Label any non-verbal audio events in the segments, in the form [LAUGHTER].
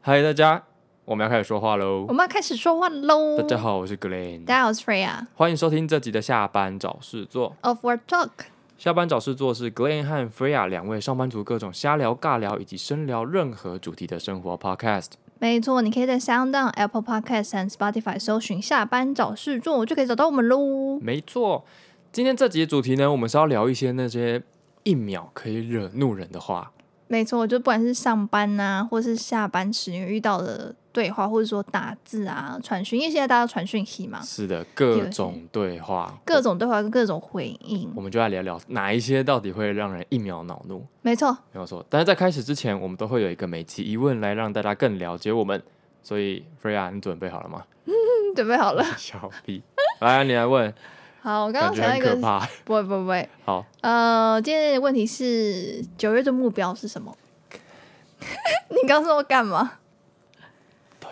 嗨，大家，我们要开始说话喽我！们要开始说话喽。大家，好，我是 Glen，大家好，我是 Freya 欢迎收听这集的下班找事做。 of Word Talk。下班找事做是 Glen 和 Freya 两位上班族各种瞎聊、尬聊以及深聊任何主题的生活 Podcast。没错，你可以在 Sound On、Apple Podcast 和 Spotify 搜寻“下班找事做”，就可以找到我们喽。没错，今天这集的主题呢，我们是要聊一些那些一秒可以惹怒人的话。没错，就不管是上班呐、或是下班时你遇到的对话，或者说打字啊、传讯，因为现在大家都传讯息嘛，是的，各有种对话，啊各种对话跟各种回应我。们就来聊聊哪一些到底会让人一秒恼怒。没错，没有错。但是在开始之前，我们都会有一个每期疑问来让大家更了解我们。所以，Freya，你准备好了 [LAUGHS] 吗？嗯准备好了。小 B，来，你来问，好，我刚感刚觉想到很一可个，怕。不会不会不会，好，呃，今天的问题是九月的目标是什么？ [LAUGHS] 你刚说我干嘛？对，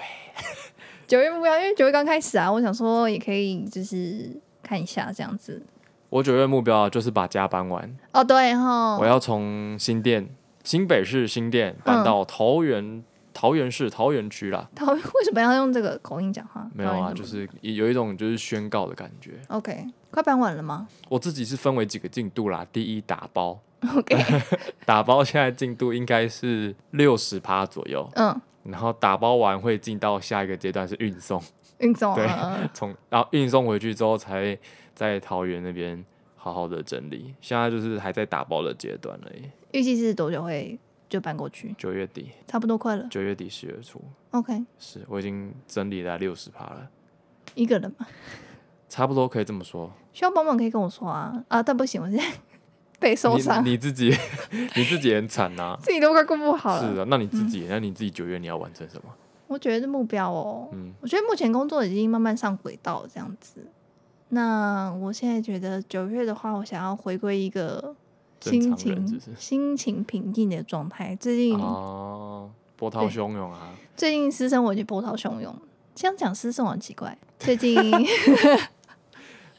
九月目标，因为九月刚开始啊，我想说也可以就是看一下这样子。我九月目标啊就是把家搬完，哦，对哈我，要从新店，新北市新店搬到桃园，桃园市桃园区啦。他为什么要用这个口音讲话？没有到啊，底就怎么是有一种就是宣告的感觉。 OK，快搬完了吗 [LAUGHS] 我自己是分为几个进度啦，第一打包， ？OK， [LAUGHS] 打包现在进度应该是六十趴左右，嗯，然后打包完会进到下一个阶段是运送。运啊嗯动对了，从然后运送回去之后，才在桃园那边好好的整理。现在就是还在打包的阶段而已。预计是多久会就搬过去？九月底，差不多快了。九月底十月初， OK，是我已经整理了六十趴了，一个人嘛，差不多可以这么说。需要帮忙可以跟我说啊啊，但不行，我现在 [LAUGHS] 被受伤你，你自己 [LAUGHS] 你自己也很惨呐、自己都快顾不 [LAUGHS] 好了。嗯是啊，那你自己，那你自己九月你要完成什么？我觉得是目标哦，嗯我觉得目前工作已经慢慢上轨道了这样子。那我现在觉得九月的话，我想要回归一个正心常人情只是心情平静的状态。最近、哦，波涛嗯对汹涌啊，最近私生活已经波涛汹涌，这样讲私生活很奇怪。[LAUGHS] 最近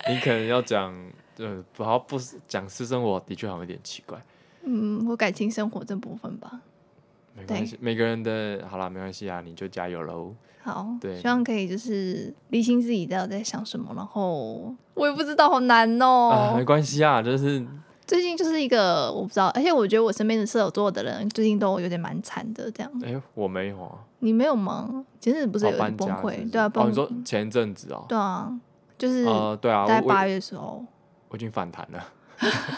你可能要讲。呃，不好，不是讲私生活的确好像有点奇怪，嗯，我感情生活这部分吧，没关系，每个人的好啦，没关系啊，你就加油喽。好，对希望可以就是理清自己到底在想什么，然后我也不知道，好难哦、啊，没关系啊，就是最近就是一个我不知道，而且我觉得我身边的射手座的人最近都有点蛮惨的，这样。哎、我没有啊，你没有吗？前阵子不是哦有搬点崩家溃，是不是对啊，哦，崩你说前阵子哦，对啊，就是呃，对啊，在我八我月的时候、我已经反弹 [LAUGHS] 了，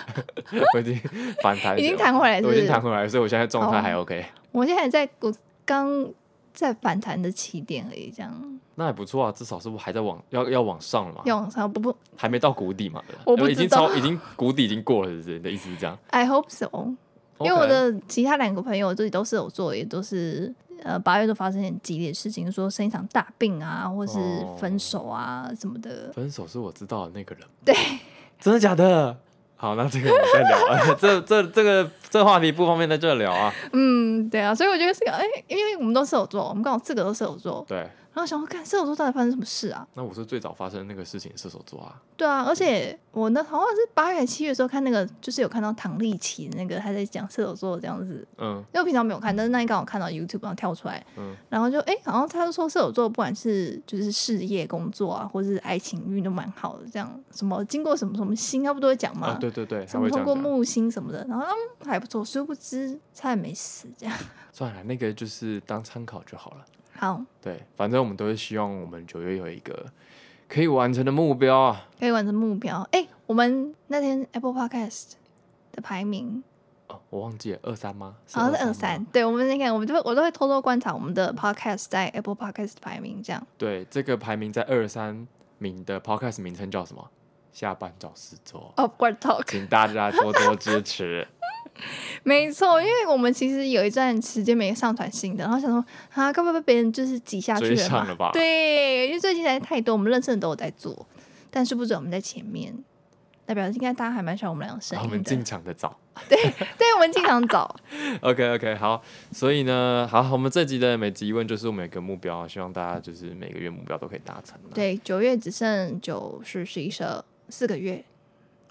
[LAUGHS] 我已经反弹，已经，弹回来，是哦不我已经是？弹回来了，所以我现在状态还 OK，、我现在还在我刚在反弹的起点而已，这样那还不错啊，至少是不是还在往要要往上了嘛，要往上不不还没到谷底嘛，对吧我不呃已经知道超已经谷底已经过了，是不是？你的意思是这样？ ，I hope so。因为我 OK 的其他两个朋友自己都是有做，也都是呃八月都发生很激烈的事情，说生一场大病啊，或是哦分手啊、什么的。分手是我知道的那个人，对，真的假的？好，那这个我们再聊啊， [LAUGHS] 这这这个这话题不方便在这聊啊，嗯，对啊，所以我觉得这个，哎、因为我们都射手座，我们刚好四个都射手座，对。然后想说，看射手座到底发生什么事啊？那我是最早发生那个事情的射手座啊，对啊，而且我那好像是八月、七月的时候看那个，就是有看到唐丽奇那个他在讲射手座这样子，嗯，因为我平常没有看，但是那天刚好看到 YouTube 上跳出来，嗯然后就哎、好像他就说射手座不管是就是事业、工作啊，或是爱情运都蛮好的，这样什么经过什么什么星，他不都会讲吗？啊，对对对，他什会么这样通过讲。木星什么的，然后嗯还不错，殊不知差点没死这样。算了，那个就是当参考就好了。好，对，反正我们都是希望我们九月有一个可以完成的目标啊。可以完成目标。哎、我们那天 Apple Podcast 的排名哦，我忘记了，二三吗？好哦像是吗二三，。对我们那个，我们就会我都会偷偷观察我们的 Podcast 在 Apple Podcast 的排名，这样对，这个排名在二三名的 podcast 名称叫什么？下班找事做， Upward Talk。请大家多多支持。 [LAUGHS] 没错，因为我们其实有一段时间没上传新的，然后想说啊，该不会被别人就是挤下去追了上吧？了吧？对，因为最近实在太多，我们认识的都有在做，但是不知我们在前面。代表应该大家还啊蛮喜欢我们两个声然后我音们进的，场的 [LAUGHS] 早。对，我们经常找， OK OK，好，所以呢，好，我们这集的每集疑问就是我们有一个目标，啊希望大家就是每个月目标都可以达成啊。对，九月只剩九十十一十二四个月，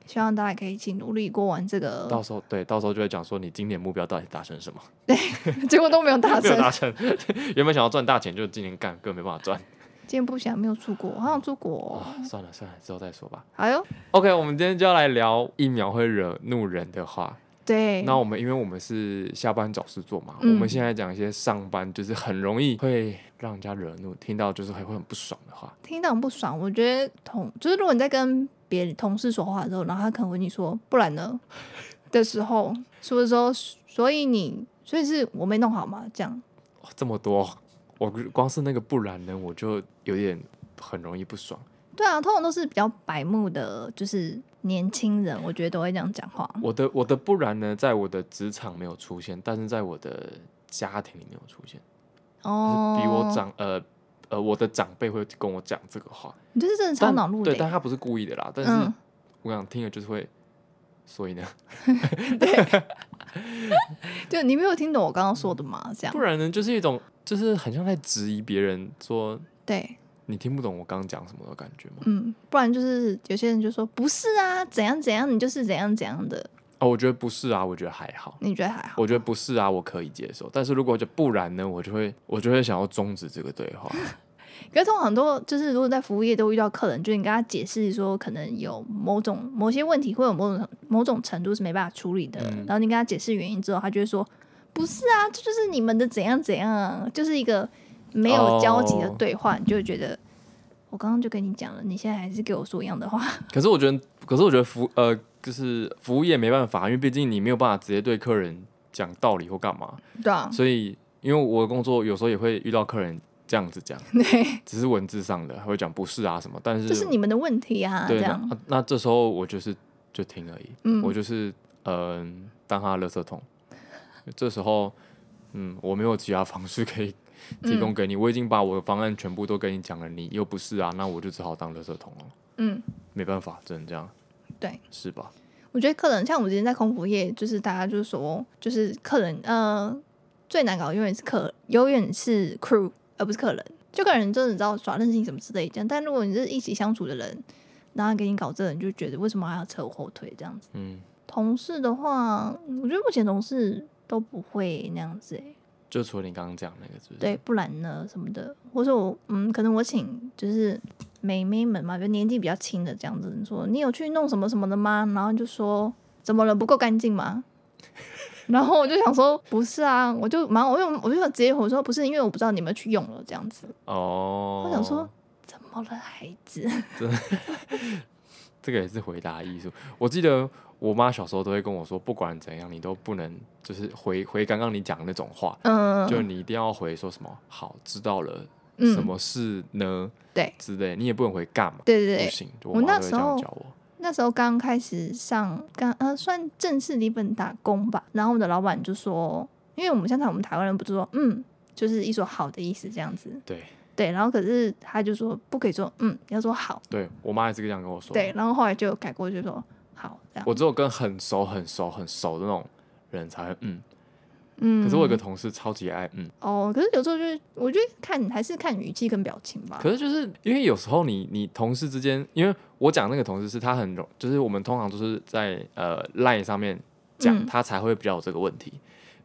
希望大家也可以一起努力过完这个，到时候对，到时候就会讲说你今年目标到底达成什么， [LAUGHS] 结果都没有 [LAUGHS] 达没有成。达成， [LAUGHS] 原本想要赚大钱，就今年干，根本没办法赚。今天不想没有出国，我好想出国哦、啊、算了算了，之后再说吧。 [LAUGHS] 哎呦， OK，我们今天就要来聊疫苗会惹怒人的话。对，那我们因为我们是下班找事做嘛，哎嗯我们现在讲一些上班就是很容易会让人家惹怒，听到就是会会很不爽的话。听到很不爽。我觉得同就是如果你在跟别人同事说话的时候，然后他可能问你说“不然呢”的时候，说的时候，所以你所以是我没弄好嘛？这样哇这么多，我光是那个不然呢，我就有点很容易不爽。对啊，通常都是比较白目的，就是年轻人，我觉得都会这样讲话。我的我的不然呢，在我的职场没有出现，但是在我的家庭里面有出现，哦，就是比我，长呃呃我的长辈会跟我讲这个话，你就是真的超但恼怒的对，但欸。他不是故意的啦，但是。嗯，我想听了就是会，所以呢，就你没有听懂我刚刚说的嘛？这样不然呢，就是一种就是很像在质疑别人说对，你听不懂我刚刚讲什么的感觉吗？嗯，不然就是有些人就说不是啊，怎样怎样，你就是怎样怎样的，哦，我觉得不是啊，我觉得还好，你觉得还好？我觉得不是啊，我可以接受。但是如果就不然呢，我就会我就会想要终止这个对话。 [LAUGHS] 可是通常很多就是如果在服务业都遇到客人，就是你跟他解释说可能有某种某些问题，会有某种某种程度是没办法处理的，嗯然后你跟他解释原因之后，他就会说不是啊，这就是你们的怎样怎样啊，就是一个没有交集的哦对话，你就会觉得我刚刚就跟你讲了，你现在还是给我说一样的话，可是我觉得，可是我觉得服呃，就是服务业没办法，因为毕竟你没有办法直接对客人讲道理或干嘛，对 [LAUGHS] 啊，所以因为我的工作有时候也会遇到客人这样子讲， [LAUGHS] 对，只是文字上的，还会讲不是啊什么，但是这是你们的问题啊，这对，那样，啊那这时候我就是就听而已，嗯我就是嗯、当他的垃圾桶。这时候，嗯，我没有其他方式可以嗯提供给你，我已经把我的方案全部都跟你讲了，你又不是啊，那我就只好当垃圾桶了，嗯，没办法，只能这样，对，是吧？我觉得客人像我们之前在空服业，就是大家就是说，就是客人，呃，最难搞永远是客，永远是 crew，而不是客人。就客人真的知道耍任性什么之类这样，但如果你是一起相处的人，然后给你搞这个，你就觉得为什么还要扯我后腿这样子？嗯，同事的话，我觉得目前同事都不会那样子、欸，就除了你刚刚讲那个，是不是？对，，不然呢什么的，或者我嗯，可能我请就是妹妹们嘛，就年纪比较轻的这样子，你说你有去弄什么什么的吗？然后就说怎么了，不够干净吗？ [LAUGHS] 然后我就想说不是啊，我就马上我用我就直接我说不是，因为我不知道你们去用了这样子。哦，我想说怎么了，孩子？ [LAUGHS] 这个也是回答艺术。我记得我妈小时候都会跟我说，不管怎样，你都不能就是回回刚刚你讲的那种话，嗯，就你一定要回说什么好知道了，嗯什么事呢对之类，你也不能回干嘛，对不对对，行，我我妈那都会时这样候教我。那时候刚开始上，刚呃算正式离本打工吧。然后我的老板就说，因为我们现在我们台湾人不是说嗯，就是一说好的意思这样子，对，对。然后可是他就说不可以说嗯，要说好，对我妈也是这样跟我说。对。，然后后来就改过，就说好这样。哦我只有跟很熟、很熟、很熟的那种人才会嗯。嗯，可是我有个同事超级爱嗯，哦，可是有时候就是我觉得看还是看语气跟表情吧。可是就是因为有时候你你同事之间，因为我讲那个同事是他很容，就是我们通常都是在呃 line 上面讲，嗯他才会比较有这个问题。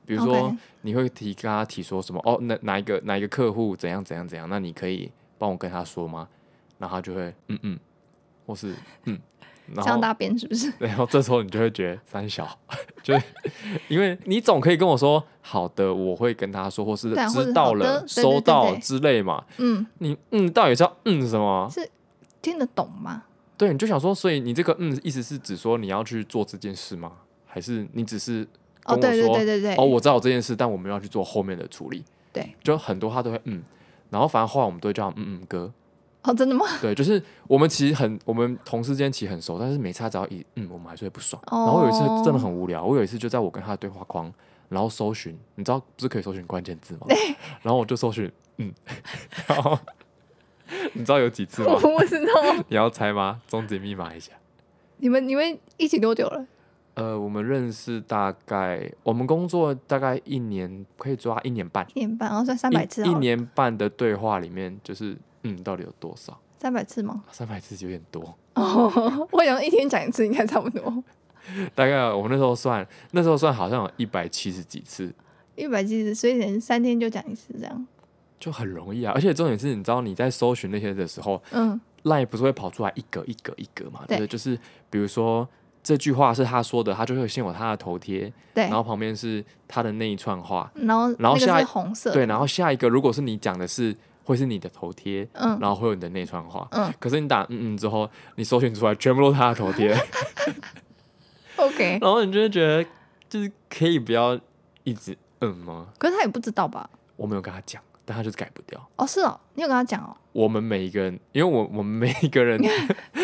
比如说 OK 你会提跟他提说什么哦，哪哪一个哪一个客户怎样怎样怎样，那你可以帮我跟他说吗？然后他就会嗯嗯，或是嗯，然上后大便是不是？ [LAUGHS] 然后这时候你就会觉得三小， [LAUGHS] 就是因为你总可以跟我说好的，我会跟他说，或是对啊或者知道好了、的对对收到对对之类嘛。嗯，你嗯，到底是要嗯什么？听得懂吗？对，你就想说，所以你这个嗯，意思是指说你要去做这件事吗？还是你只是跟哦，我对对说对对对，哦，我知道这件事，但我们要去做后面的处理？对，就很多他都会嗯，然后反正后来我们都会叫他嗯嗯哥，哦，真的吗？对，就是我们其实很，我们同事之间其实很熟，但是没差，只要一嗯，我们还是会不爽。然后有一哦次真的很无聊，我有一次就在我跟他的对话框，然后搜寻，你知道不是可以搜寻关键 [LAUGHS] 字吗？然后我就搜寻嗯， [LAUGHS] 然后 [LAUGHS] 你知道有几次吗 [LAUGHS] 我？不知道你要猜吗？终极密码一下。你们你们一起多久了？呃，我们认识大概，我们工作大概一年，可以抓一年半，一年半，然后算三一百哦次一好了，年半的对话里面，就是嗯，到底有多少？三百次吗？三百字有点多，哦，我想一天讲一次应该差不多，大概我那时候算，那时候算好像有一百七十几次，一百七十，所以人三天就讲一次这样。就很容易啊。而且重点是，你知道你在搜寻那些的时候，嗯，赖不是会跑出来一格一格一格嘛？对对，就是比如说这句话是他说的，他就会先有他的头贴，对然。后旁边是他的那一串话，然后然后那个下是一红色的，对，然后下一个如果是你讲的是会是你的头贴，嗯然后会有你的那串话。嗯可是你打嗯嗯之后，你搜寻出来全部都是他的 [LAUGHS] 头贴， ，OK。然后你就会觉得就是可以不要一直嗯吗？可是他也不知道吧？我没有跟他讲，但他就是改不掉。哦，是哦，你有跟他 [LAUGHS] 讲哦，我们每一个人，因为我我们每一 [LAUGHS] 个人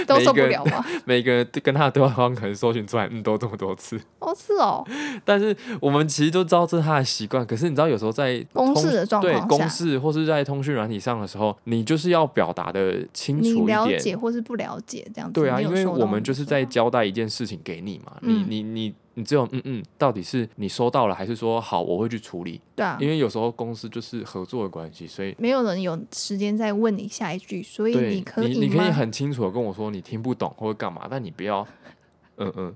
都每一受不个了吧？每个人跟他的对话框可能搜寻出来嗯都这么多次，哦，是哦，但是我们其实都知道这是他的习惯。可是你知道有时候在公通式的状对况公下式或是在通讯软体上的时候，你就是要表达的清你楚了一解点。或是不了解这样子。对啊，没有因为收我到们你就是说在交代一件事情给你嘛，嗯你你你你只有嗯嗯，到底是你收到了还是说好我会去处理？对啊，因为有时候公司就是合作的关系，所以没有人有时间再问你下一句，所以对你可以你可以吗很清楚的跟我说你听不懂或者干嘛，但你不要嗯嗯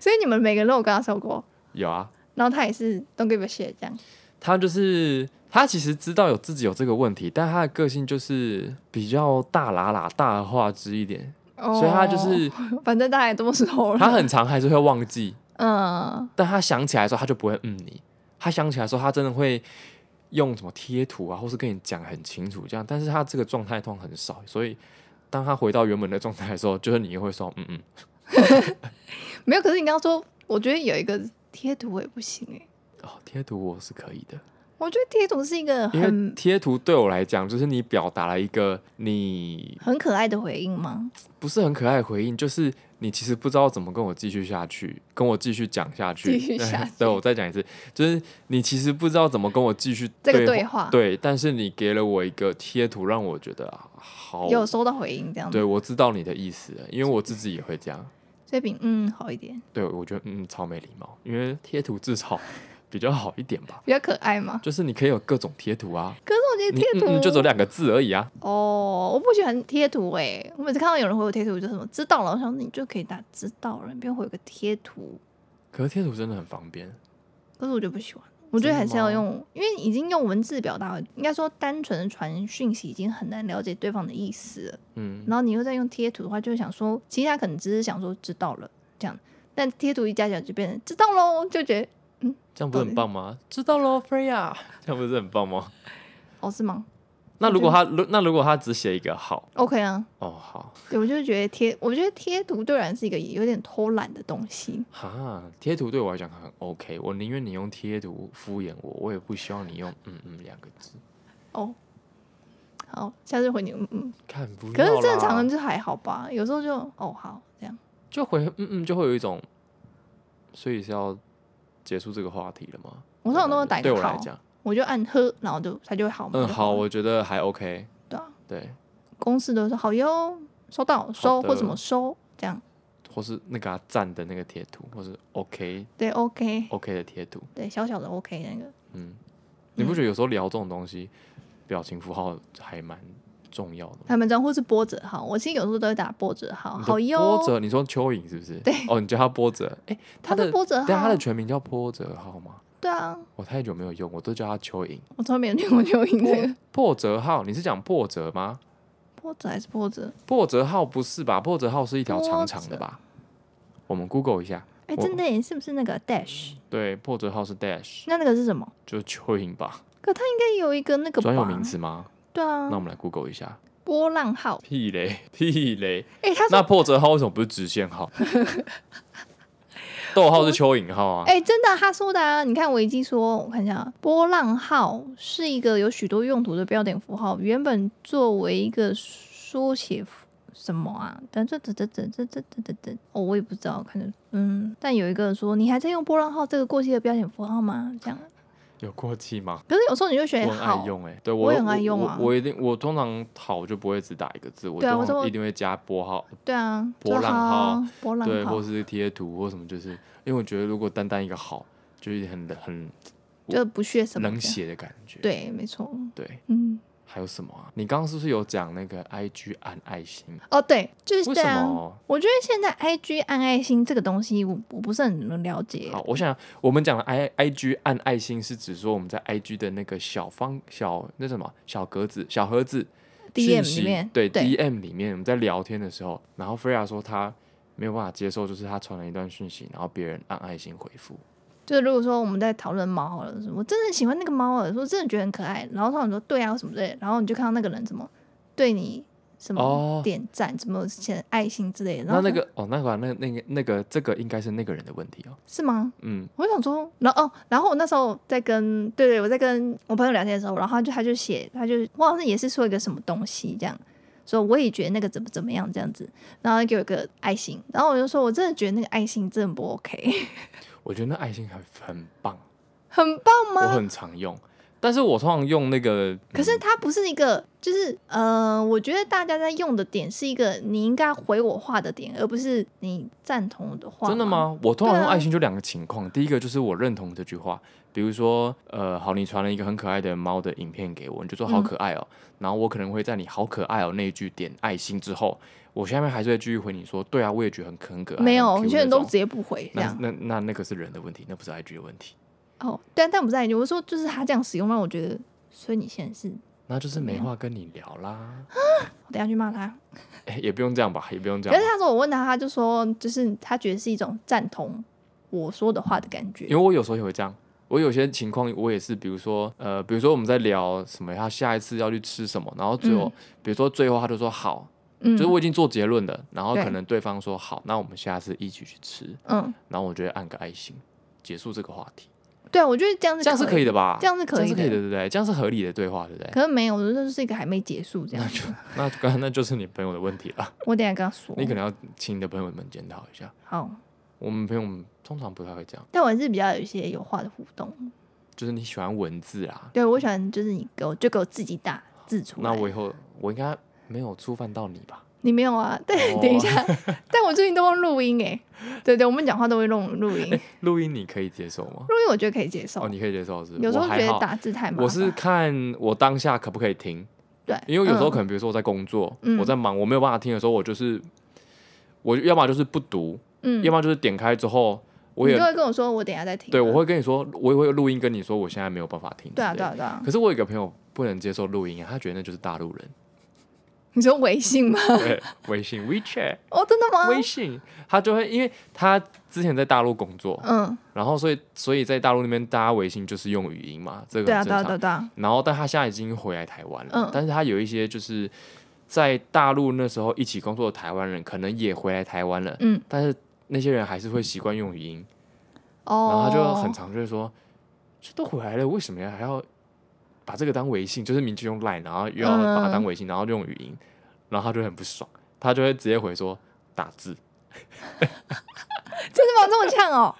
所以你们每个人都有跟他说过，有啊，然后他 [LAUGHS] 也是 don't give a shit 这样。他就是他其实知道有自己有这个问题，但他的个性就是比较大喇喇、大话之一点，所以他就哦， [LAUGHS] 是反正大家也这么说了。他很长还是会忘记，嗯，但他想起来的时候他就不会嗯你，他想起来的时候他真的会用什么贴图啊，或是跟你讲很清楚这样，但是他这个状态通常很少，所以。当他回到原本的状态的时候，就是你又会说嗯嗯，没有。可是你刚刚说，我觉得有一个贴图也不行哎、哦，贴图我是可以 [LAUGHS] 的，我觉得贴图是一个因为很贴图对我来讲就是你表达了一个你很可爱的回应吗？不是很可爱的回应，就是你其实不知道怎么跟我继续下去，跟我继续讲下去。继续下去 [LAUGHS] 对，我再讲一次，就是你其实不知道怎么跟我继续这个对对话。话，对，但是你给了我一个贴图，让我觉得啊好。有收到回应这样子对，，我知道你的意思了，因为我自己也会这样。所以比嗯好一点，对，我觉得嗯超没礼貌，因为贴图至少比较好一点吧。比较可爱嘛。就是你可以有各种贴图啊，可是我觉得你贴图、嗯嗯就只有两个字而已啊。哦，我不喜欢贴图哎、我每次看到有人回我贴图，就什么知道了，我想你就可以打知道了，你不用回我个贴图。可是贴图真的很方便，可是我就不喜欢，我觉得还是真要的用，因为已经用文字表达了，应该说单纯的传讯息已经很难了解对方的意思了。嗯，然后你又再用贴图的话，就会想说，其实他可能只是想说知道了这样，但贴图一加起来就变成知道喽，就觉得这样不是很棒吗？知道喽，Freya，这样不是很棒 [LAUGHS] 吗？哦是吗那如果他如那如果他只写一个好？OK 啊，哦好对我就是觉得贴，我觉得贴图对我来说是一个有点偷懒的东西。哈，贴图对我来讲很 OK，我宁愿你用贴图敷衍我，我也不希望你用嗯嗯两个字。哦，好，下次回你嗯嗯。看不可要是啦正常人就还好吧，有时候就哦好这样。就回嗯嗯就会有一种，所以是要结束这个话题了吗？我通常都会打一对个我来好，讲，我就按呵，然后就他就会好嘛。嗯就好，了我觉得还 OK，对啊，对，公司都说好哟，收到收的或怎么收这样，或是那个啊赞、的那个贴图，或是 OK 对 OK， OK 的贴图，对小小的 OK 那个，嗯，你不觉得有时候聊这种东西，表情符号还蛮重要的吗？他们这样或是波折号，我其实有时候都会打波折号，你的好哟，波折，你说蚯蚓是不是？对啊哦，你叫它波折。哎，它它是的，波折号，但它的全名叫波折号吗？对啊，我太久没有用，我都叫它蚯蚓。我从来没有听过蚯蚓这个破折号，你是讲破折吗？波折还是波折，破折号不是吧？破折号是一条长长波折的吧？我们 Google 一下。哎我真的耶，是不是那个 dash？对，破折号是 dash，那那个是什么？就是蚯蚓吧？可它应该有一个那个专有吧名，词吗？对啊那，我们来 Google 一下。波浪号，屁嘞， [LAUGHS] 屁嘞！哎，它那破折号为什么不是直线 [LAUGHS] 号？逗号是蚯蚓号啊。哎、真的啊、他说的啊！你看维基说，我看一下啊，波浪号是一个有许多用途的标点符号，原本作为一个缩写符什么啊？等这等等等这这这这这，哦，我也不知道，看着嗯，但有一个说，你还在用波浪号这个过期的标点符号吗？这样，有过气吗？可是有时候你就觉我得很爱好，用哎、对我我也很爱用啊我我一定我通常好就不会只打一个字，我对啊通我常都一定会加拨号，对啊，波就浪好啊，波对，浪或号，是贴图或什么，就是因为我觉得如果单单一个好，就是很很就不屑什么冷这样，血的感觉。对，没错，对，嗯，还还有什么啊？你刚刚是不是有讲那个 IG 按爱心？啊哦，对，就是为这什样。么？我觉得现在 I G 按爱心这个东西我，我不是很了解。好，我想我们讲的 i i g 按爱心是指说我们在 i g 的那个小方小那什么小格子小盒子 DM 讯息里面对对 DM 里面我们在聊天的时候，然后菲亚说她没有办法接受，就是她传了一段讯息，然后别人按爱心回复，就是如果说我们在讨论猫好了，我真的很喜欢那个猫了，说真的觉得很可爱，然后他们说对啊什么之类的，然后你就看到那个人怎么对你什么哦点赞，什么写爱心之类的，那然后那想个哦，那个那那个那个这个应该是那个人的问题哦，是吗？嗯，我想说，然后哦，然后我那时候在跟对对，我在跟我朋友聊天的时候，然后他就他就写，他就我好像也是说一个什么东西这样，说我也觉得那个怎么怎么样这样子，然后他给我一个爱心，然后我就说我真的觉得那个爱心真的不 OK，我觉得那爱心很很棒，很棒我吗？很常用，但是我通常用那个，嗯可是它不是一个，就是呃，我觉得大家在用的点是一个你应该回我话的点，而不是你赞同我的话。真的？吗？我通常对用啊爱心就两个情况，第一个就是我认同这句话，比如说，呃，好，你传了一个很可爱的猫的影片给我，你就说好可爱哦，然后我可能会在你好可爱哦那一句点爱心之后，我下面还是会继续回你说，对啊，我也觉得很很可爱，没有，很 cute 有些人都那种直接不回这那样。那那那个是人的问题，那不是 IG 的问题，哦，对啊，但我不在意。我说就是他这样使用让我觉得，所以你现在是，那就是没话跟你聊啦， [LAUGHS] 我等一下去骂他。哎也不用这样吧，也不用这可是样吧。他说我问他，他就说就是他觉得是一种赞同我说的话的感觉因为。我有时候也会这样，我有些情况我也是，比如说呃，比如说我们在聊什么，他下一次要去吃什么，然后最后、嗯比如说最后他就说好，嗯，就是我已经做结论了，然后对可能对方说好，那我们下次一起去吃，嗯，然后我就会按个爱心。结束这个话题，对啊，我觉得这样是这样是可以的吧？吧？这样是可这样以的是可以的，对不对？这样是合理的对话，对不 [LAUGHS] 对？可是没有，我觉得这是一个还没结束这样那子就。那刚那就是你朋友的问题了，我等一下跟他说。你可能要请你的朋友们检讨一下。好，我们朋友通常不太会这样，但我还是比较有一些有话的互动。就是你喜欢文字啊，对，我喜欢就是你给我就给我自己打字出来。哦那我以后我应该没有触犯到你吧？你没有啊？但、哦等 [LAUGHS] 一下，但我最近都用录音哎、对对，我们讲话都会用录音，录音录音你可以接受吗？我觉得可以接受。哎哦，你可以接受是不是？有时候我觉还得好，打字太麻烦，我是看我当下可不可以听，对，嗯因为有时候可能、能比如说我在工作，嗯我在忙，我没有办法听的时候，我就是我要么就是不读，嗯，要么就是点开之后我你也就会跟我说我等一下再听啊。对我会跟你说，我也会录音跟你说我现在没有办法听。对啊对啊。对啊。可是我有一个朋友不能接受录音啊，他觉得那就是大陆 [LAUGHS] 人。你说微信吗？对，微信 WeChat 哦，真的吗？微信，他就会因为他之前在大陆工作，嗯，然后所以所以在大陆那边大家微信就是用语音嘛，这个对啊很对啊正常对。啊对啊，然后但他现在已经回来台湾了，嗯但是他有一些就是在大陆那时候一起工作的台湾人，可能也回来台湾了，嗯但是那些人还是会习惯用语音，然后哦，他就很常就会说，这都回来了，为什么要还要把这个当微信？就是明知用 Line，然后又要把它当微信，然后用语音，然后他就很不爽，他就会直接回说打字，真的吗？这么 [LAUGHS] 呛哦？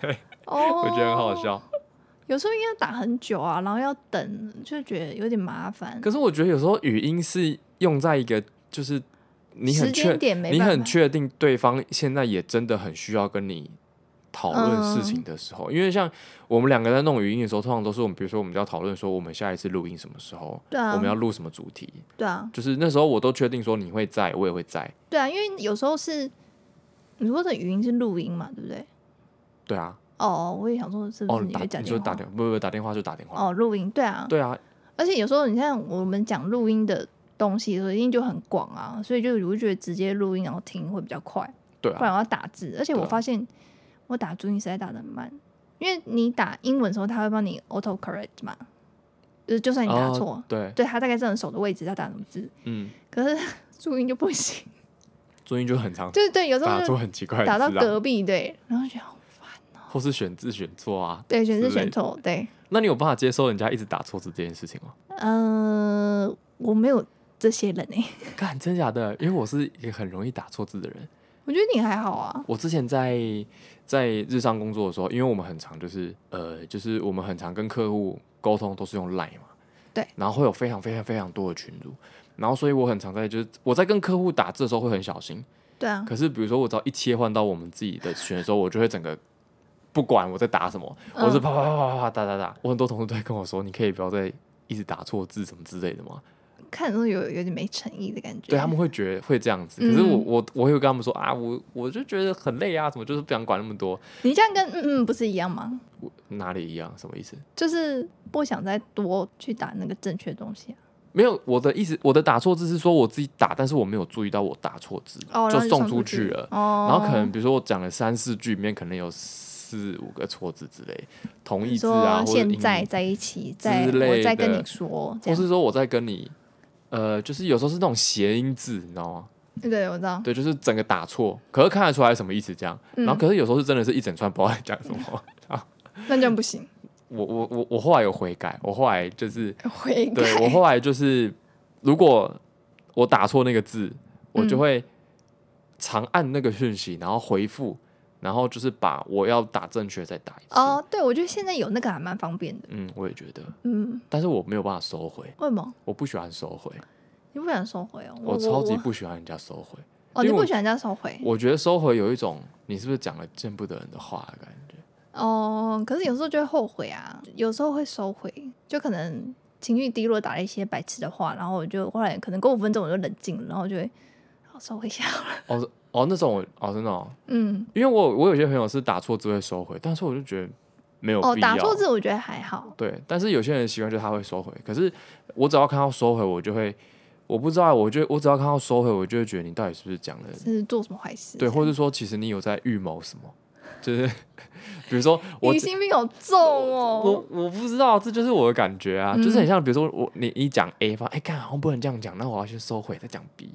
对，哦，我觉得很好。笑。有时候应该打很久啊，然后要等，就觉得有点麻烦。可是我觉得有时候语音是用在一个就是你时很间确点没你办很法确定对方现在也真的很需要跟你讨论事情的时候，嗯因为像我们两个在弄语音的时候，通常都是我们比如说我们要讨论说我们下一次录音什么时候，对啊，我们要录什么主题，对啊，就是那时候我都确定说你会在，我也会在，对啊，因为有时候是你说的语音是录音嘛，对不对？对啊，哦，我也想说是不哦是，你打会讲就电话？打电不不打电话就打电话，哦，录音，对啊，对啊，而且有时候你看我们讲录音的东西，所以一定就很广啊，所以就我就觉得直接录音然后听会比较快，对不然啊，我要打字，而且对我啊发现我打注音实在打的很慢，因为你打英文的时候，它会帮你 auto correct 嘛，就是就算你打哦错，对，对，它大概知道你手的位置，它打什么字，嗯，可是 [LAUGHS] 注音就不行，最近就很常 [LAUGHS] 就是对，有时候打就错很奇怪的打到字啊，隔壁，对，然后就觉得好烦哦，或是选字选错啊，对，选之字类选的错，对，那你有办法接受人家一直打错字这件事情吗？呃，我没有这些人哎、干，真假的？因为我是一个很容易打错字的人。 [LAUGHS] 我觉得你还好啊，我之前在在日商工作的时候，因为我们很常就是呃，就是我们很常跟客户沟通都是用 Line 嘛，对，然后会有非常非常非常多的群组，然后所以我很常在就是我在跟客户打字的时候会很小心，对啊，可是比如说我只要一切换到我们自己的群的时候，我就会整个。不管我在打什么，嗯我是啪啪啪啪啪啪打打打。我很多同事都会跟我说，你可以不要再一直打错字什么之类的吗？看的时候有有点没诚意的感觉。对他们会觉得会这样子，可是我嗯我我会跟他们说啊，我我就觉得很累啊，怎么就是不想管那么多，你这样跟嗯嗯不是一样吗？我哪里一样？什么意思？就是不想再多去打那个正确的东西、啊。没有，我的意思，我的打错字是说我自己打，但是我没有注意到我打错字，哦，然就后送出出去了。哦，呃然后可能比如说我讲了三四句，里面可能有四五个错字之类，同义字啊，哦说或者现英在语在一起，在之类我在跟的你说，这或样是说我在跟你，呃，就是有时候是那种谐音字，你知道吗？对，我知道。对，就是整个打错，可是看得出来什么意思这样。嗯然后可是有时候是真的是一整串不知道在讲什么。那这样不行，我我我我后来有悔改，我后来就是悔 [LAUGHS] 改。对我后来就是，如果我打错那个字，我就嗯会长按那个讯息，然后回复，然后就是把我要打正确再打一次。哦，对，我觉得现在有那个还蛮方便的。嗯，我也觉得，嗯，但是我没有办法收回，为什么？我不喜欢收回，你不想收回哦？我我超级我不喜欢人家收回。哦，因为你我不喜欢人家收回我觉得收回有一种你是不是讲了见不得人的话的感觉。哦，可是有时候就会后悔啊，有时候会收回，就可能情绪低落打了一些白痴的话，然后我就后来可能过五分钟我就冷静了，然后就会好收回一下。 [LAUGHS] 哦哦，那种哦，真的、哦，嗯，因为我我有些朋友是打错字会收回，但是我就觉得没有哦，必要。打错字我觉得还好。对，但是有些人习惯就是他会收回，可是我只要看到收回，我就会，我不知道，我就我只要看到收回，我就会觉得你到底是不是讲了，是做什么坏事？对，或者说其实你有在预谋什么，就是比如说我疑心病好重哦我。我不知道，这就是我的感觉啊，就是嗯很像比如说我你你讲 A 方，哎，看好像不能这样讲，那我要先收回再讲 B。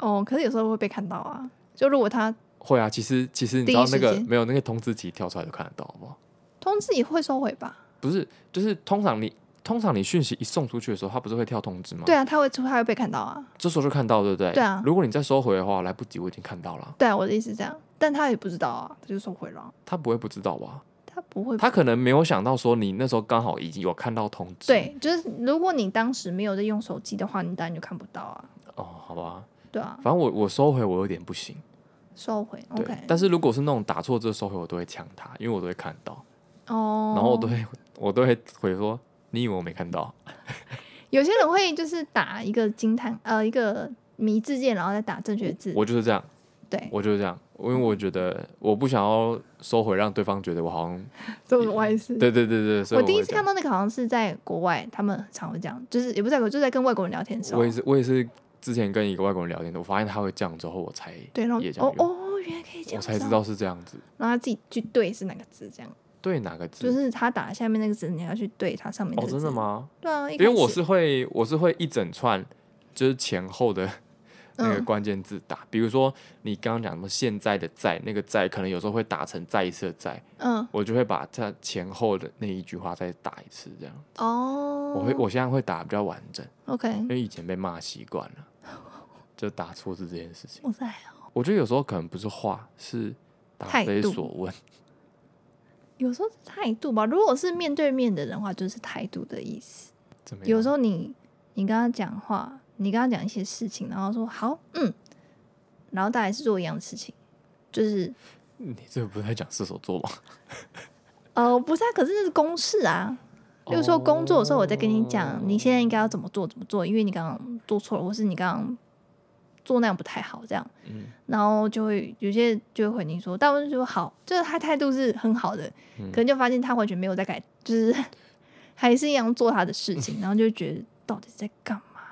哦，可是有时候会被看到啊。就如果他会啊，其实其实你知第一道那时个间没有那个通知题跳出来就看得到，好不好？通知也会收回吧？不是，就是通常你通常你讯息一送出去的时候，它不是会跳通知吗？对啊，他会他会被看到啊。这时候就看到，对不对？对啊如果你再收回的话，来不及，我已经看到了，对啊，我的意思是这样，但他也不知道啊，他就收回了，他不会不知道吧？他不会。他可能没有想到说你那时候刚好已经有看到通知。对，就是如果你当时没有在用手机的话，你当然就看不到啊。哦，好吧，对啊反，正我我收回我有点不行。收回。对 OK。但是如果是那种打错字收回，我都会呛他，因为我都会看到，哦，然后我都会我都会回说，你以为我没看到？有些人会就是打一个惊叹呃一个迷字键，然后再打正确字。我就是这样，对，我就是这样，因为我觉得我不想要收回，让对方觉得我好像这种坏事。对对对对，所以我我第一会次这看样到那个好像是在国外，他们很常会这样，就是也不是在国，就在跟外国人聊天的时候我也。是我也是之前跟一个外国人聊天的，我发现他会这样之后，我才对，然后也这样哦用哦，原来可以这我样子哦，才知道是这样子。然后他自己去对是哪个字，这样对哪个字？就是他打下面那个字，你要去对它上面那哦，个字。真的？吗？对啊，因因为我是会我是会一整串，就是前后的那个嗯关键字打。比如说你刚刚讲什么现在的在，那个在可能有时候会打成再一次的在，嗯我就会把它前后的那一句话再打一次，这样。哦，我会我现在会打比较完整， OK，因为以前被骂习惯了，就打错字这件事情。我在我觉得有时候可能不是话，是答态非度所问。有时候是态度吧，如果是面对面的人的话，就是态度的意思。怎么样？有时候你你跟他讲话，你跟他讲一些事情，然后说好嗯，然后大家还是做一样的事情，就是你这个不是在讲射手座吗？呃不是啊，可是那是公事啊。就是哦说工作的时候，我在跟你讲，你现在应该要怎么做怎么做，因为你刚刚做错了，或是你刚刚做那样不太好，这样。嗯，然后就会有些就会回你说，大部分就说好，就是他态度是很好的，嗯可能就发现他完全没有在改，就是还是一样做他的事 [LAUGHS] 情，然后就觉得到底在干嘛？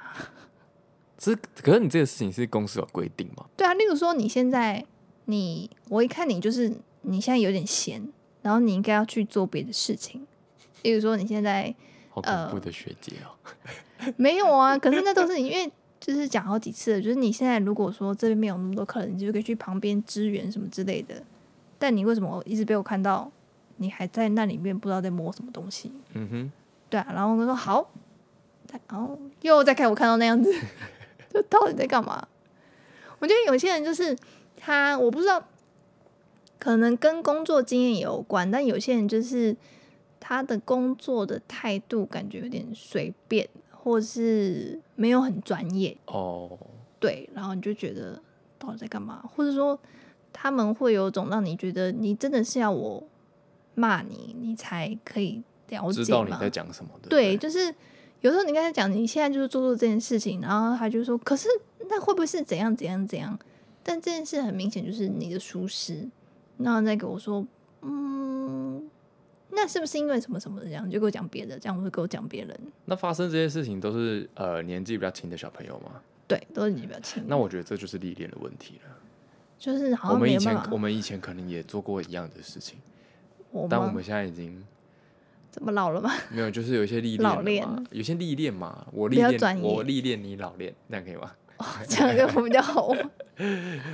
是可是你这个事情是公司有规定吗？对啊，例如说你现在你我一看你就是你现在有点闲，然后你应该要去做别的事情，例如说你现在好呃恐怖的学姐哦、没有啊，可是那都是因为。就是讲好几次了，就是你现在如果说这边没有那么多客人，你就可以去旁边支援什么之类的。但你为什么一直被我看到，你还在那里面不知道在摸什么东西？嗯哼，对啊，然后我说好，他然后又再给我看到那样 [LAUGHS] 子，就到底在干嘛？我觉得有些人就是他，我不知道，可能跟工作经验也有关，但有些人就是他的工作的态度感觉有点随便，或是没有很专业，哦，对，然后你就觉得到底在干嘛，或者说他们会有种让你觉得你真的是要我骂你，你才可以了解知吗？道你在讲什么的。对，不就是有时候你跟他讲你现在就是做做这件事情，然后他就说，可是那会不会是怎样怎样怎样？但这件事很明显就是你的疏失，然后再给我说，嗯，那是不是因为什么什么的这样？你就给我讲别的，这样我就给我讲别人，那发生这些事情都是呃年纪比较轻的小朋友吗？对，都是你比较轻，那我觉得这就是历练的问题了。就是好我们像哦没以有前办法。我们以前可能也做过一样的事情，我但我吗们现在已经怎么老了 [LAUGHS] 吗？没有，就是有一些历老练了嘛练有些历练嘛，我不历要练转我移历练你老练，这样可以吗？这样就比较好玩，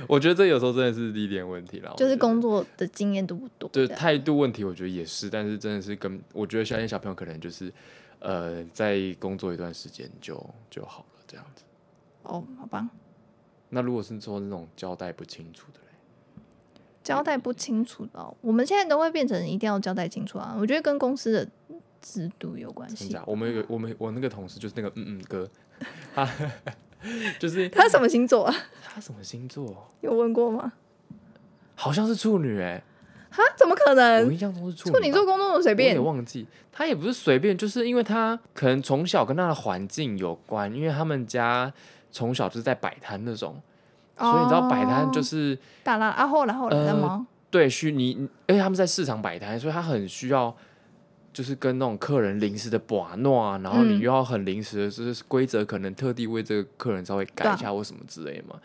我觉得这有时候真的是历练问题啦，就是公。工作的经验多不多？对这样态度问题，我觉得也是，但是真的是跟我觉得现在小朋友可能就是，呃，在工作一段时间就就好了这样子。哦，好吧，那如果是说那种交代不清楚的嘞，交代不清楚的哦、我们现在都会变成一定要交代清楚啊。我觉得跟公司的制度有关真啊系。假？我们有个我们我那个同事就是那个嗯嗯哥， [LAUGHS] 他就是 [LAUGHS] 他什么星座啊？他什么星座？有问过吗？好像是处女哎、哈，怎么可我能？印象中是处嗯处女女吧座工作那么随我便也，忘记，他也不是随便，就是因为他可能从小跟他的环境有关，因为他们家从小就是在摆摊那种，所以你知道摆摊就哦是。大啦啊，后来后来呃在吗？对，需你，你而且他们在市场摆摊，所以他很需要，就是跟那种客人临时的把弄啊，然后你嗯又要很临时的，就是规则可能特地为这个客人稍微对改啊一下或什么之类嘛，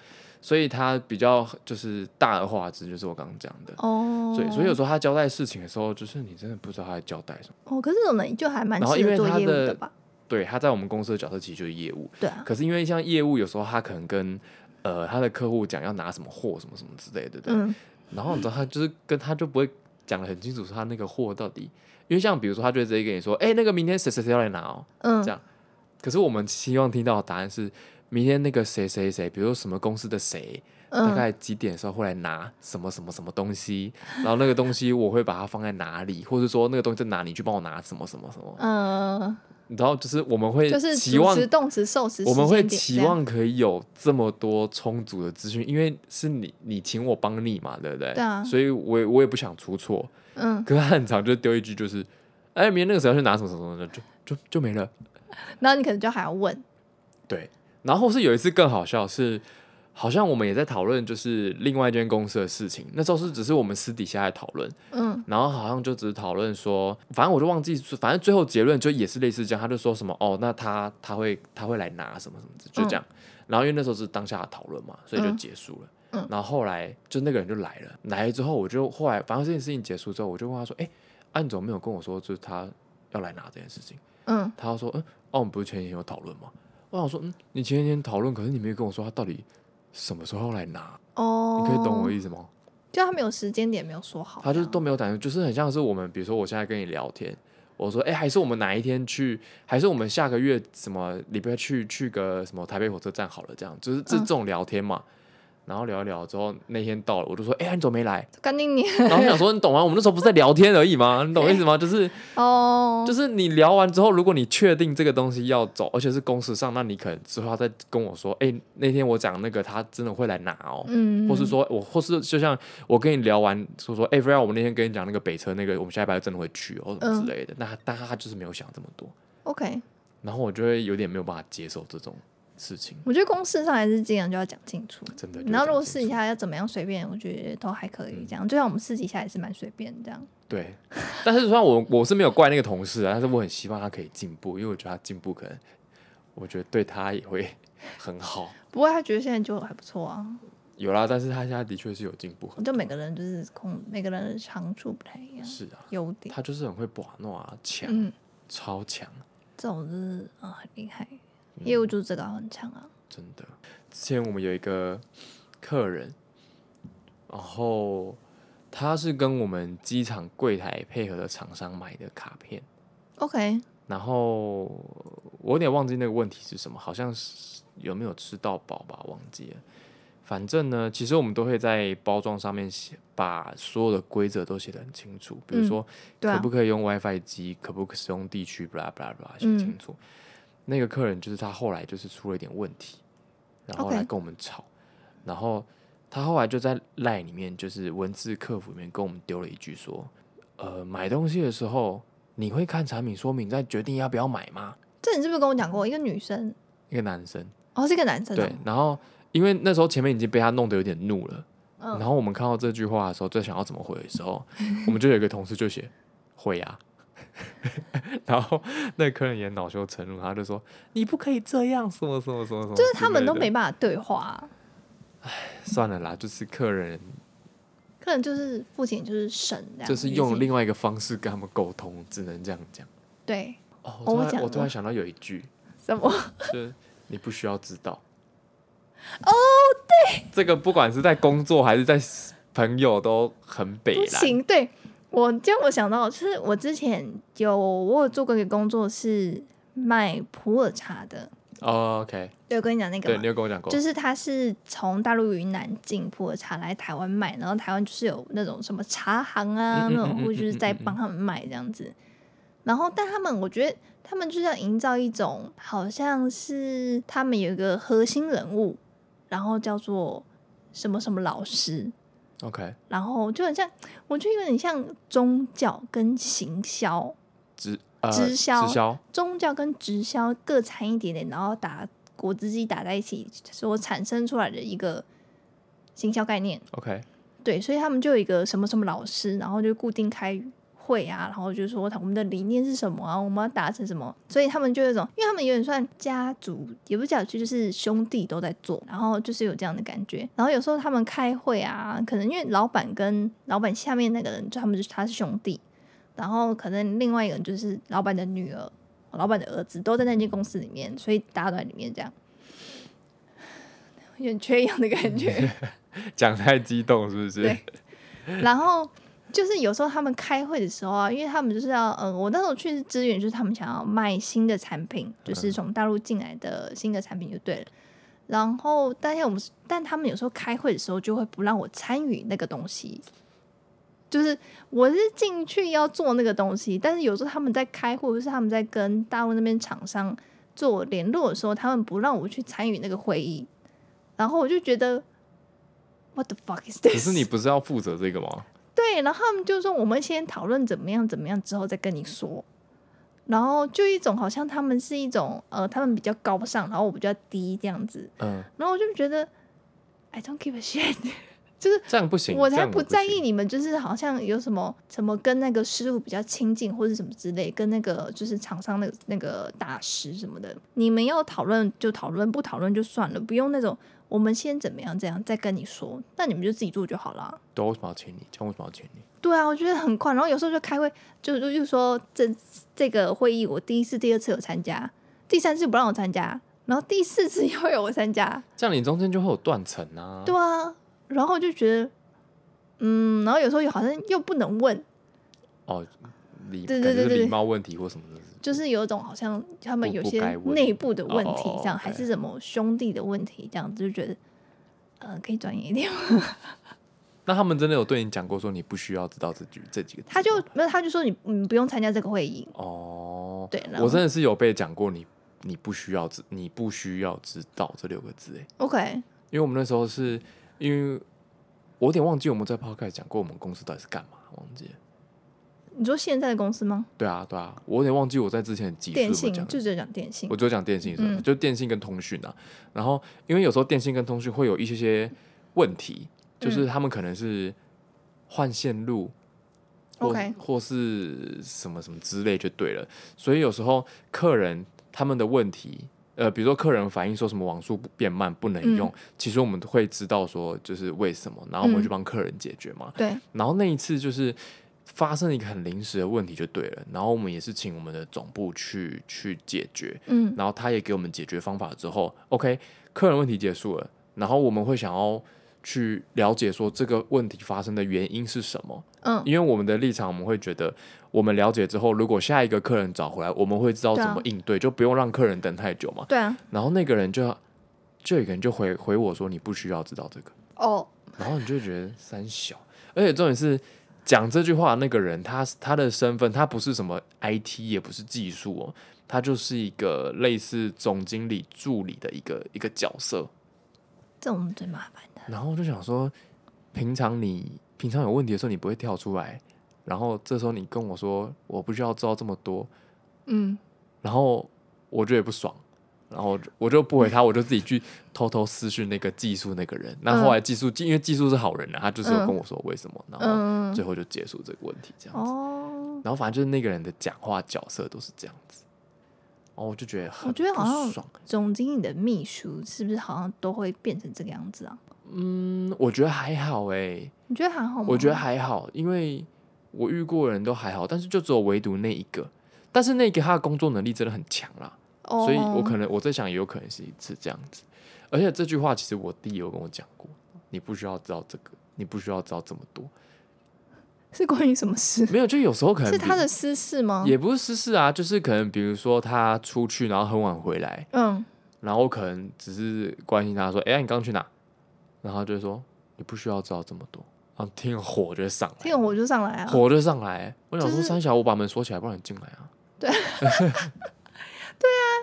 所以他比较就是大而化之，就是我刚刚讲的。哦，所以，所以有时候他交代事情的时候，就是你真的不知道他在交代什么。哦，可是这种人就还蛮然后适因合为做他业务的的吧？对，他在我们公司的角色其实就是业务，对啊，可是因为像业务，有时候他可能跟呃他的客户讲要拿什么货什么什么之类的，对不对嗯，然后你知道他就是跟他就不会讲的很清楚，他那个货到底，因为像比如说他就会直接跟你说，哎、那个明天谁谁谁要来拿哦。嗯这样可是我们希望听到的答案是，明天那个谁谁谁，比如说什么公司的谁，大嗯，概几点的时候会来拿什么什么什么东西，然后那个东西我会把它放在哪里，或者说那个东西在哪里，你去帮我拿什么什么什么。嗯，你知道，就是我们会就是期主望词、动词、受词，我们时间会点期这样望可以有这么多充足的资讯，因为是你你请我帮你嘛，对不对？对啊所以我也我也不想出错，嗯，可是他很常就丢一句就是，哎，明天那个谁要去拿什么什么什么的，就就就没了。然后你可能就还要问，对，然后是有一次更好笑是。好像我们也在讨论，就是另外一间公司的事情。那时候是只是我们私底下在讨论，嗯然后好像就只是讨论说，反正我就忘记，反正最后结论就也是类似这样，他就说什么哦，那他他会他会来拿什么什么的，就这样。嗯然后因为那时候是当下的讨论嘛，所以就嗯结束了。嗯然后后来就那个人就来了，来了之后我就后来，反正这件事情结束之后，我就问他说，哎、啊你怎么没有跟我说，就是他要来拿这件事情？嗯，他就说，嗯，哦，我们不是前几天有讨论吗？我想说，嗯，你前几天讨论，可是你没有跟我说他到底什么时候要来拿，哦，你可以懂我意思吗？就他没有时间点，没有说好他这样，就是都没有感觉，就是很像是我们，比如说我现在跟你聊天，我说，哎、还是我们哪一天去，还是我们下个月什么礼拜去去个什么台北火车站好了，这样就是这嗯这种聊天嘛。然后聊一聊之后，那天到了，我就说，哎、呀，你怎么没来？干净你 [LAUGHS] 然后我想说，你懂吗？我们那时候不是在聊天而已吗？你懂我意思吗？就是哦，就是你聊完之后，如果你确定这个东西要走，而且是公事上，那你可能之后要再跟我说，哎、那天我讲那个，他真的会来拿哦。嗯，或是说我，或是就像我跟你聊完，说说，哎、不然我们那天跟你讲那个北车那个，我们下一班真的会去哦，什么嗯之类的。那他但他就是没有想这么多， OK，然后我就会有点没有办法接受这种事情，我觉得公事上还是尽量就要讲清楚。真的。然后如果私试底一下，下要怎么样随便，我觉得都还可以嗯这样。就像我们私底下也是蛮随便这样。对，但是虽然我我是没有怪那个同事啊，但是我很希望他可以进步，因为我觉得他进步可能，我觉得对他也会 [LAUGHS] 很好。不过他觉得现在就还不错啊。有啦，但是他现在的确是有进步很就多，每个人就是空，每个人的长处不太一样，是啊，优点。他就是很会把弄啊，强，嗯，超强。这种就是啊、很厉害，嗯业务就是这个啊很强啊。真的。之前我们有一个客人，然后他是跟我们机场柜台配合的厂商买的卡片， OK，然后我有点忘记那个问题是什么，好像是有没有吃到饱吧，忘记了。反正呢，其实我们都会在包装上面写，把所有的规则都写得很清楚，比如嗯说对可啊不，可以用 WiFi 机，可不可使用地区，blah blah blah，写嗯清楚。那个客人就是他后来就是出了一点问题，然后 OK 来跟我们吵然后他后来就在 LINE 里面就是文字客服里面跟我们丢了一句说，呃，买东西的时候你会看产品说明再决定要不要买吗？这你是不是跟我讲过？一个女生，一个男生，哦，是一个男生、哦，对，，然后因为那时候前面已经被他弄得有点怒了，嗯，然后我们看到这句话的时候，在想要怎么回的时 [LAUGHS] 候，我们就有一个同事就写会啊， [LAUGHS] 然后那客人也恼羞成怒，他就说你不可以这样，什么什么什么什么之类的，就是他们都没办法对话啊、算了啦，就是客人可能就是父亲就是神这样，就是已用经另外一个方式跟他们沟通，只能这样讲。对哦，哦我我突然讲我突了然想到有一句，什么就是你不需要知 [LAUGHS] 道。哦，对，这个不管是在工作还是在朋友都很北不啦。行，对我这样我想到，就是我之前有我有做过一个工作是卖普洱茶的，哦 OK，对，我跟你讲那个对嘛你有跟我讲过，就是它是从大陆云南进普洱茶来台湾卖，然后台湾就是有那种什么茶行啊，嗯嗯那种嗯会就是在嗯嗯嗯帮他们卖这样子。然后，但他们我觉得他们就是要营造一种好像是他们有一个核心人物，然后叫做什么什么老师， OK 然后就很像，我觉得有点像宗教跟行销，直呃直销直销宗教跟直销各掺一点点，然后打果汁机打在一起所产生出来的一个行销概念。 OK 对，所以他们就有一个什么什么老师，然后就固定开会啊，然后就说我们的理念是什么啊，我们要达成什么。所以他们就有一种，因为他们有点算家族，也不是家族，就是兄弟都在做，然后就是有这样的感觉。然后有时候他们开会啊，可能因为老板跟老板下面那个人，就他们就是他是兄弟，然后可能另外一个人就是老板的女儿。老板的儿子都在那间公司里面，所以大家都在里面这样， [LAUGHS] 有点缺氧的感觉。讲太激动是不是？对然后就是有时候他们开会的时候啊，因为他们就是要，呃，我那时候去支援，就是他们想要卖新的产品，嗯就是从大陆进来的新的产品就对了。然后，但是我们，但他们有时候开会的时候就会不让我参与那个东西，就是我是进去要做那个东西，但是有时候他们在开会，或是他们在跟大陆那边厂商做联络的时候，他们不让我去参与那个会议，然后我就觉得，What the fuck is this？ [LAUGHS] 可是你不是要负责这个吗？对，然后他们就说我们先讨论怎么样怎么样，之后再跟你说。然后就一种好像他们是一种呃，他们比较高尚，然后我比较低这样子。嗯，然后我就觉得 I don't give a [LAUGHS] shit，这样不行，我这才样不在意行。你们，就是好像有什么什么跟那个师傅比较亲近，或者什么之类，跟那个就是厂商那个那个大师什么的，你们要讨论就讨论，不讨论就算了，不用那种我们先怎么样这样再跟你说，那你们就自己做就好了。对，为什么要请你？这样为什么要请你？对啊，我觉得很快。然后有时候就开会，就就就说这这个会议我第一次、第二次有参加，第三次不让我参加，然后第四次 [LAUGHS] 又有我参加。这样你中间就会有断层啊。对啊，然后就觉得，嗯，然后有时候又好像又不能问，哦，礼对对感觉对是对礼貌问题或什么的，就是有一种好像他们不有不些该问内部的问题哦这样， ，OK 还是什么兄弟的问题这样，就觉得，呃，可以专业一点吗。那他们真的有对你讲过说你不需要知道这句这几个字吗？他就没有，他就说你嗯你不用参加这个会议。哦，对然后我真的是有被讲过你你不需要知你不需要知道这六个字哎， OK，因为我们那时候是因为我有点忘记我们在 podcast 讲过我们公司到底是干嘛，忘记了。你说现在的公司吗？对啊对啊，我有点忘记我在之前的集数有电没信有讲就只有讲电信我。就讲电信是吧？嗯就电信跟通讯啊。然后因为有时候电信跟通讯会有一些些问题，就是嗯他们可能是换线路。或 OK 或是什么什么之类就对了，所以有时候客人他们的问题，呃，比如说客人反映说什么网速变慢不能嗯用，其实我们会知道说就是为什么，然后我们会去嗯帮客人解决嘛。对，然后那一次就是发生了一个很临时的问题就对了，然后我们也是请我们的总部去去解决，嗯，然后他也给我们解决方法之后，OK，客人问题结束了，然后我们会想要去了解说这个问题发生的原因是什么，嗯，因为我们的立场我们会觉得，我们了解之后，如果下一个客人找回来，我们会知道对怎啊么应对，就不用让客人等太久嘛。对啊，然后那个人就就有一个人就回回我说你不需要知道这个，哦，然后你就觉得三小，而且重点是讲这句话的那个人，他他的身份，他不是什么 IT，也不是技术哦，他就是一个类似总经理助理的一个一个角色。这我们最麻烦的。然后我就想说，平常你平常有问题的时候，你不会跳出来，然后这时候你跟我说我不需要知道这么多，嗯，然后我就也不爽，然后我就我就不回他，我就自己去偷偷私讯那个技术那个人。那后来技术，因为技术是好人啊，他就是有跟我说为什么，然后嗯，最后就结束这个问题这样子。哦，然后反正就是那个人的讲话角色都是这样子，然后我就觉得很我觉得好不像爽。总经理的秘书是不是好像都会变成这个样子啊？嗯，我觉得还好哎、你觉得还好吗？我觉得还好，因为我遇过的人都还好，但是就只有唯独那一个，但是那个他的工作能力真的很强啦。哦，所以我可能我在想，也有可能是是这样子。而且这句话其实我弟有跟我讲过，你不需要知道这个，你不需要知道这么多。是关于什么事？没有，就有时候可能是比他的，私事吗？也不是私事啊，就是可能比如说他出去，然后很晚回来，嗯，然后我可能只是关心他说：“哎、呀，你刚去哪？”然后他就会说：“你不需要知道这么多。”然后听了火就会上来，这个我就上来啊。火就上来。我想说，就是三小我把门锁起来，不然你进来啊。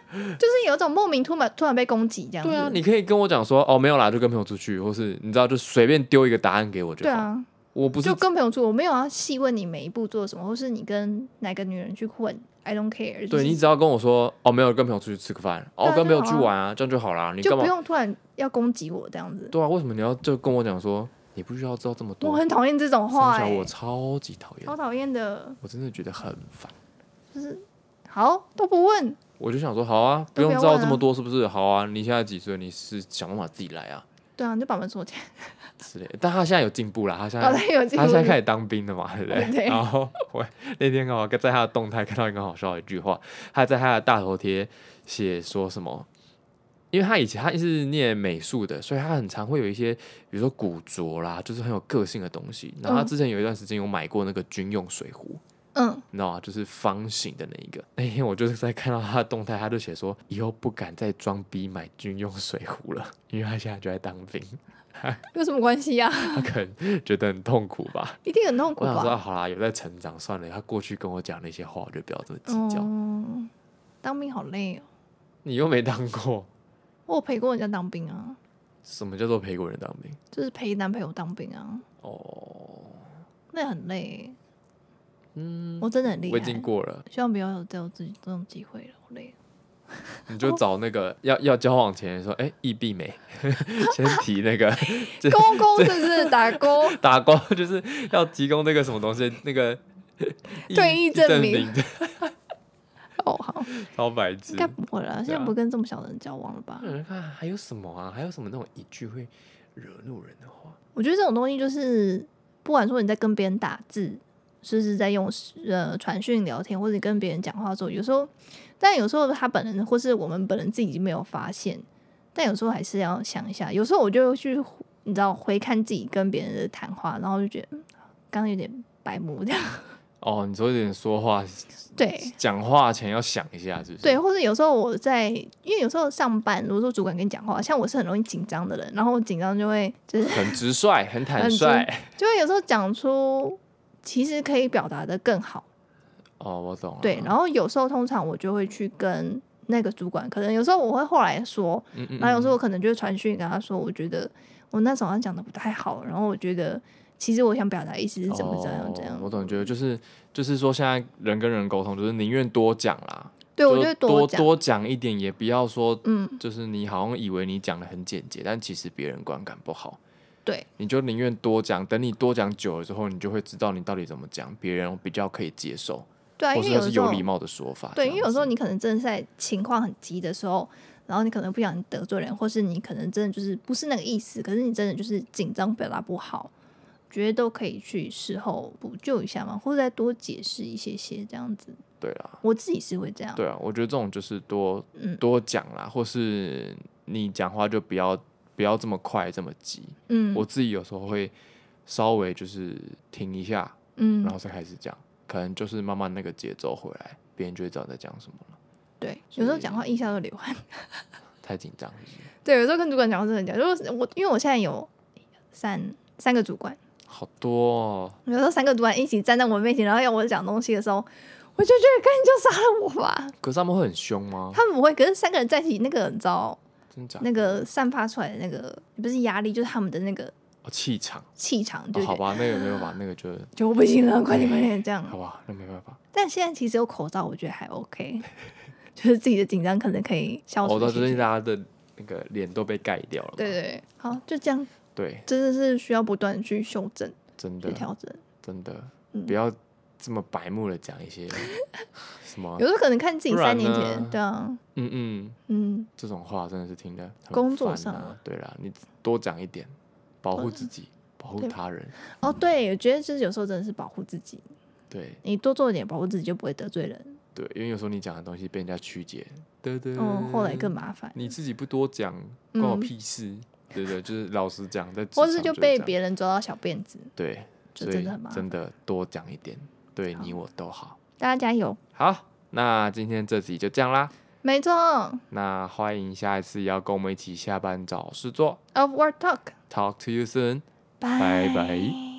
就是有一种莫名突然突然被攻击这样子。对啊，你可以跟我讲说：“哦，没有啦，就跟朋友出去，或是你知道，就随便丢一个答案给我就对好。”啊，我不是就跟朋友说，我没有要细问你每一步做什么，或是你跟哪个女人去混，I don't care 就是。对你只要跟我说哦，没有跟朋友出去吃个饭，哦，对啊跟朋友就去好啊玩啊，这样就好啦。你就干不嘛？用突然要攻击我这样子。对啊，为什么你要就跟我讲说你不需要知道这么我多？很讨厌这种从话、小欸，我超级讨厌超，讨厌的。我真的觉得很烦。好，都不问，我就想说，好啊，不都用不要知道问这啊么多是不是？好啊，你现在几岁？你是想办法自己来啊对啊，你就把门锁起来。之类的。但他现在有进步啦，他现哦，在对，有进他入现在开始当兵了嘛，对不对？对然后我那天刚好在他的动态看到一个很好笑的一句话，他在他的大头贴写说什么？因为他以前他是念美术的，所以他很常会有一些，比如说古着啦，就是很有个性的东西。然后他之前有一段时间有买过那个军用水壶，嗯，你知道吗？就是方形的那一个。 [LAUGHS] 那天我就是在看到他的动态，他就写说以后不敢再装逼买军用水壶了， [LAUGHS] 因为他现在就在当兵，有什么关系呀、啊？他可能觉得很痛苦吧。一定很痛苦我想说，啊吧？好啦，有在成长，算了。他过去跟我讲那些话，我就不要这么计较。嗯，当兵好累哦。你又没当过，我有陪过人家当兵啊，什么叫做陪过人当兵？就是陪男朋友当兵啊，哦，那很累欸，嗯，我真的很厉害。我已经过了，希望不要有这种自己这种机会了，好累 [LAUGHS] 了。你就找那个、要要交往前说，哎、异地美， [LAUGHS] 先提那个这公公是不是打 [LAUGHS] 勾？打工，就是要提供那个什么东西，那 [LAUGHS] 个退役证明明，哦，好，超白痴应。该不会了，现在啊不跟这么小的人交往了吧？那人看还有什么啊？还有什么那种一句会惹怒人的话？我觉得这种东西就是，不管说你在跟别人打字，就是在用呃传讯聊天，或者你跟别人讲话的时候，有时候，但有时候他本人或是我们本人自己已经没有发现，但有时候还是要想一下。有时候我就会去你知道回看自己跟别人的谈话，然后就觉得嗯刚刚有点白目这样。 [LAUGHS] 哦，你说有点说话，对，讲话前要想一下，是不是？对，或者有时候我在，因为有时候上班，如果说主管跟你讲话，像我是很容易紧张的人，然后我紧张就会就是很直率，很坦很直率。就会有时候讲出其实可以表达的更好，哦，我懂了。对。然后有时候通常我就会去跟那个主管，可能有时候我会后来说，嗯嗯然后有时候嗯我可能就会传讯跟他说，我觉得我那时候好像讲的不太好，然后我觉得其实我想表达意思是怎么怎样怎样哦，我总觉得就是就是说，现在人跟人沟通，就是宁愿多讲啦。对我就就是会多讲，多讲一点，也不要说，嗯，就是你好像以为你讲的很简洁，但其实别人观感不好。对，你就宁愿多讲，等你多讲久了之后，你就会知道你到底怎么讲，别人比较可以接受，对啊，或者因为是有是时候有礼貌的说法。对，因为有时候你你可能真的在情况很急的时候，然后你可能不想得罪人，或是你可能真的就是不是那个意思，可是你真的就是紧张表达不好，觉得都可以去事后补救一下嘛，或者再多解释一些些这样子。对啦，我自己是会这样，对啊，我觉得这种就是多嗯多讲啦，或是你讲话就不要不要这么快这么急，嗯，我自己有时候会稍微就是停一下，然嗯后再开始讲，可能就是慢慢那个节奏回来，别人就会知道你在讲什么了。对，所有时候以讲话一下就流汗。太紧张是不是 [LAUGHS] 对，有时候跟主管讲话真的讲，就是我因为我现在有三三个主管，好多、哦，有时候三个主管一起站在我面前，然后要我讲东西的时候，我就觉得干脆就杀了我吧。可是他们会很凶吗？他们不会，可是三个人在一起，那个你知道，真假？那个散发出来的那个不是压力，就是他们的那个哦，气场、气场，哦，就、好，吧，那个没办法，那个就就 [LAUGHS] 不行了，快点快点这样。好吧，那没办法。 [LAUGHS] 但现在其实有口罩，我觉得还 OK。就是自己的紧张可能可以消除我到一哦些最近大家的那个脸都被盖掉了嘛。对对对，好，就这样，对，真的是需要不断地去修正、真去的调整。真的嗯不要这么白目的讲一 [LAUGHS] 些什么有时候可能看自己啊不然三年呢前，对啊，嗯嗯嗯，这种话，真的是听的工作上啊啊，嗯对啦，你多讲一点，保护自己，保护对他人，哦，对，我觉得就是有时候真的是保护自己，对你多做一点保护自己，就不会得罪人，对，因为有时候你讲的东西被人家曲解，对对，嗯，后来更麻烦，你自己不多讲，关我嗯屁事。对对，就是老实讲，在职或是场就是被这样别人抓到小辫子，对，就所真以的很麻真烦。的多讲一点，对你我都好。大家加油，好，那今天这集就这样啦。没错那欢迎下一次也要跟我们一起下班找事做。 ，Of Work Talk， Talk to you soon，拜拜拜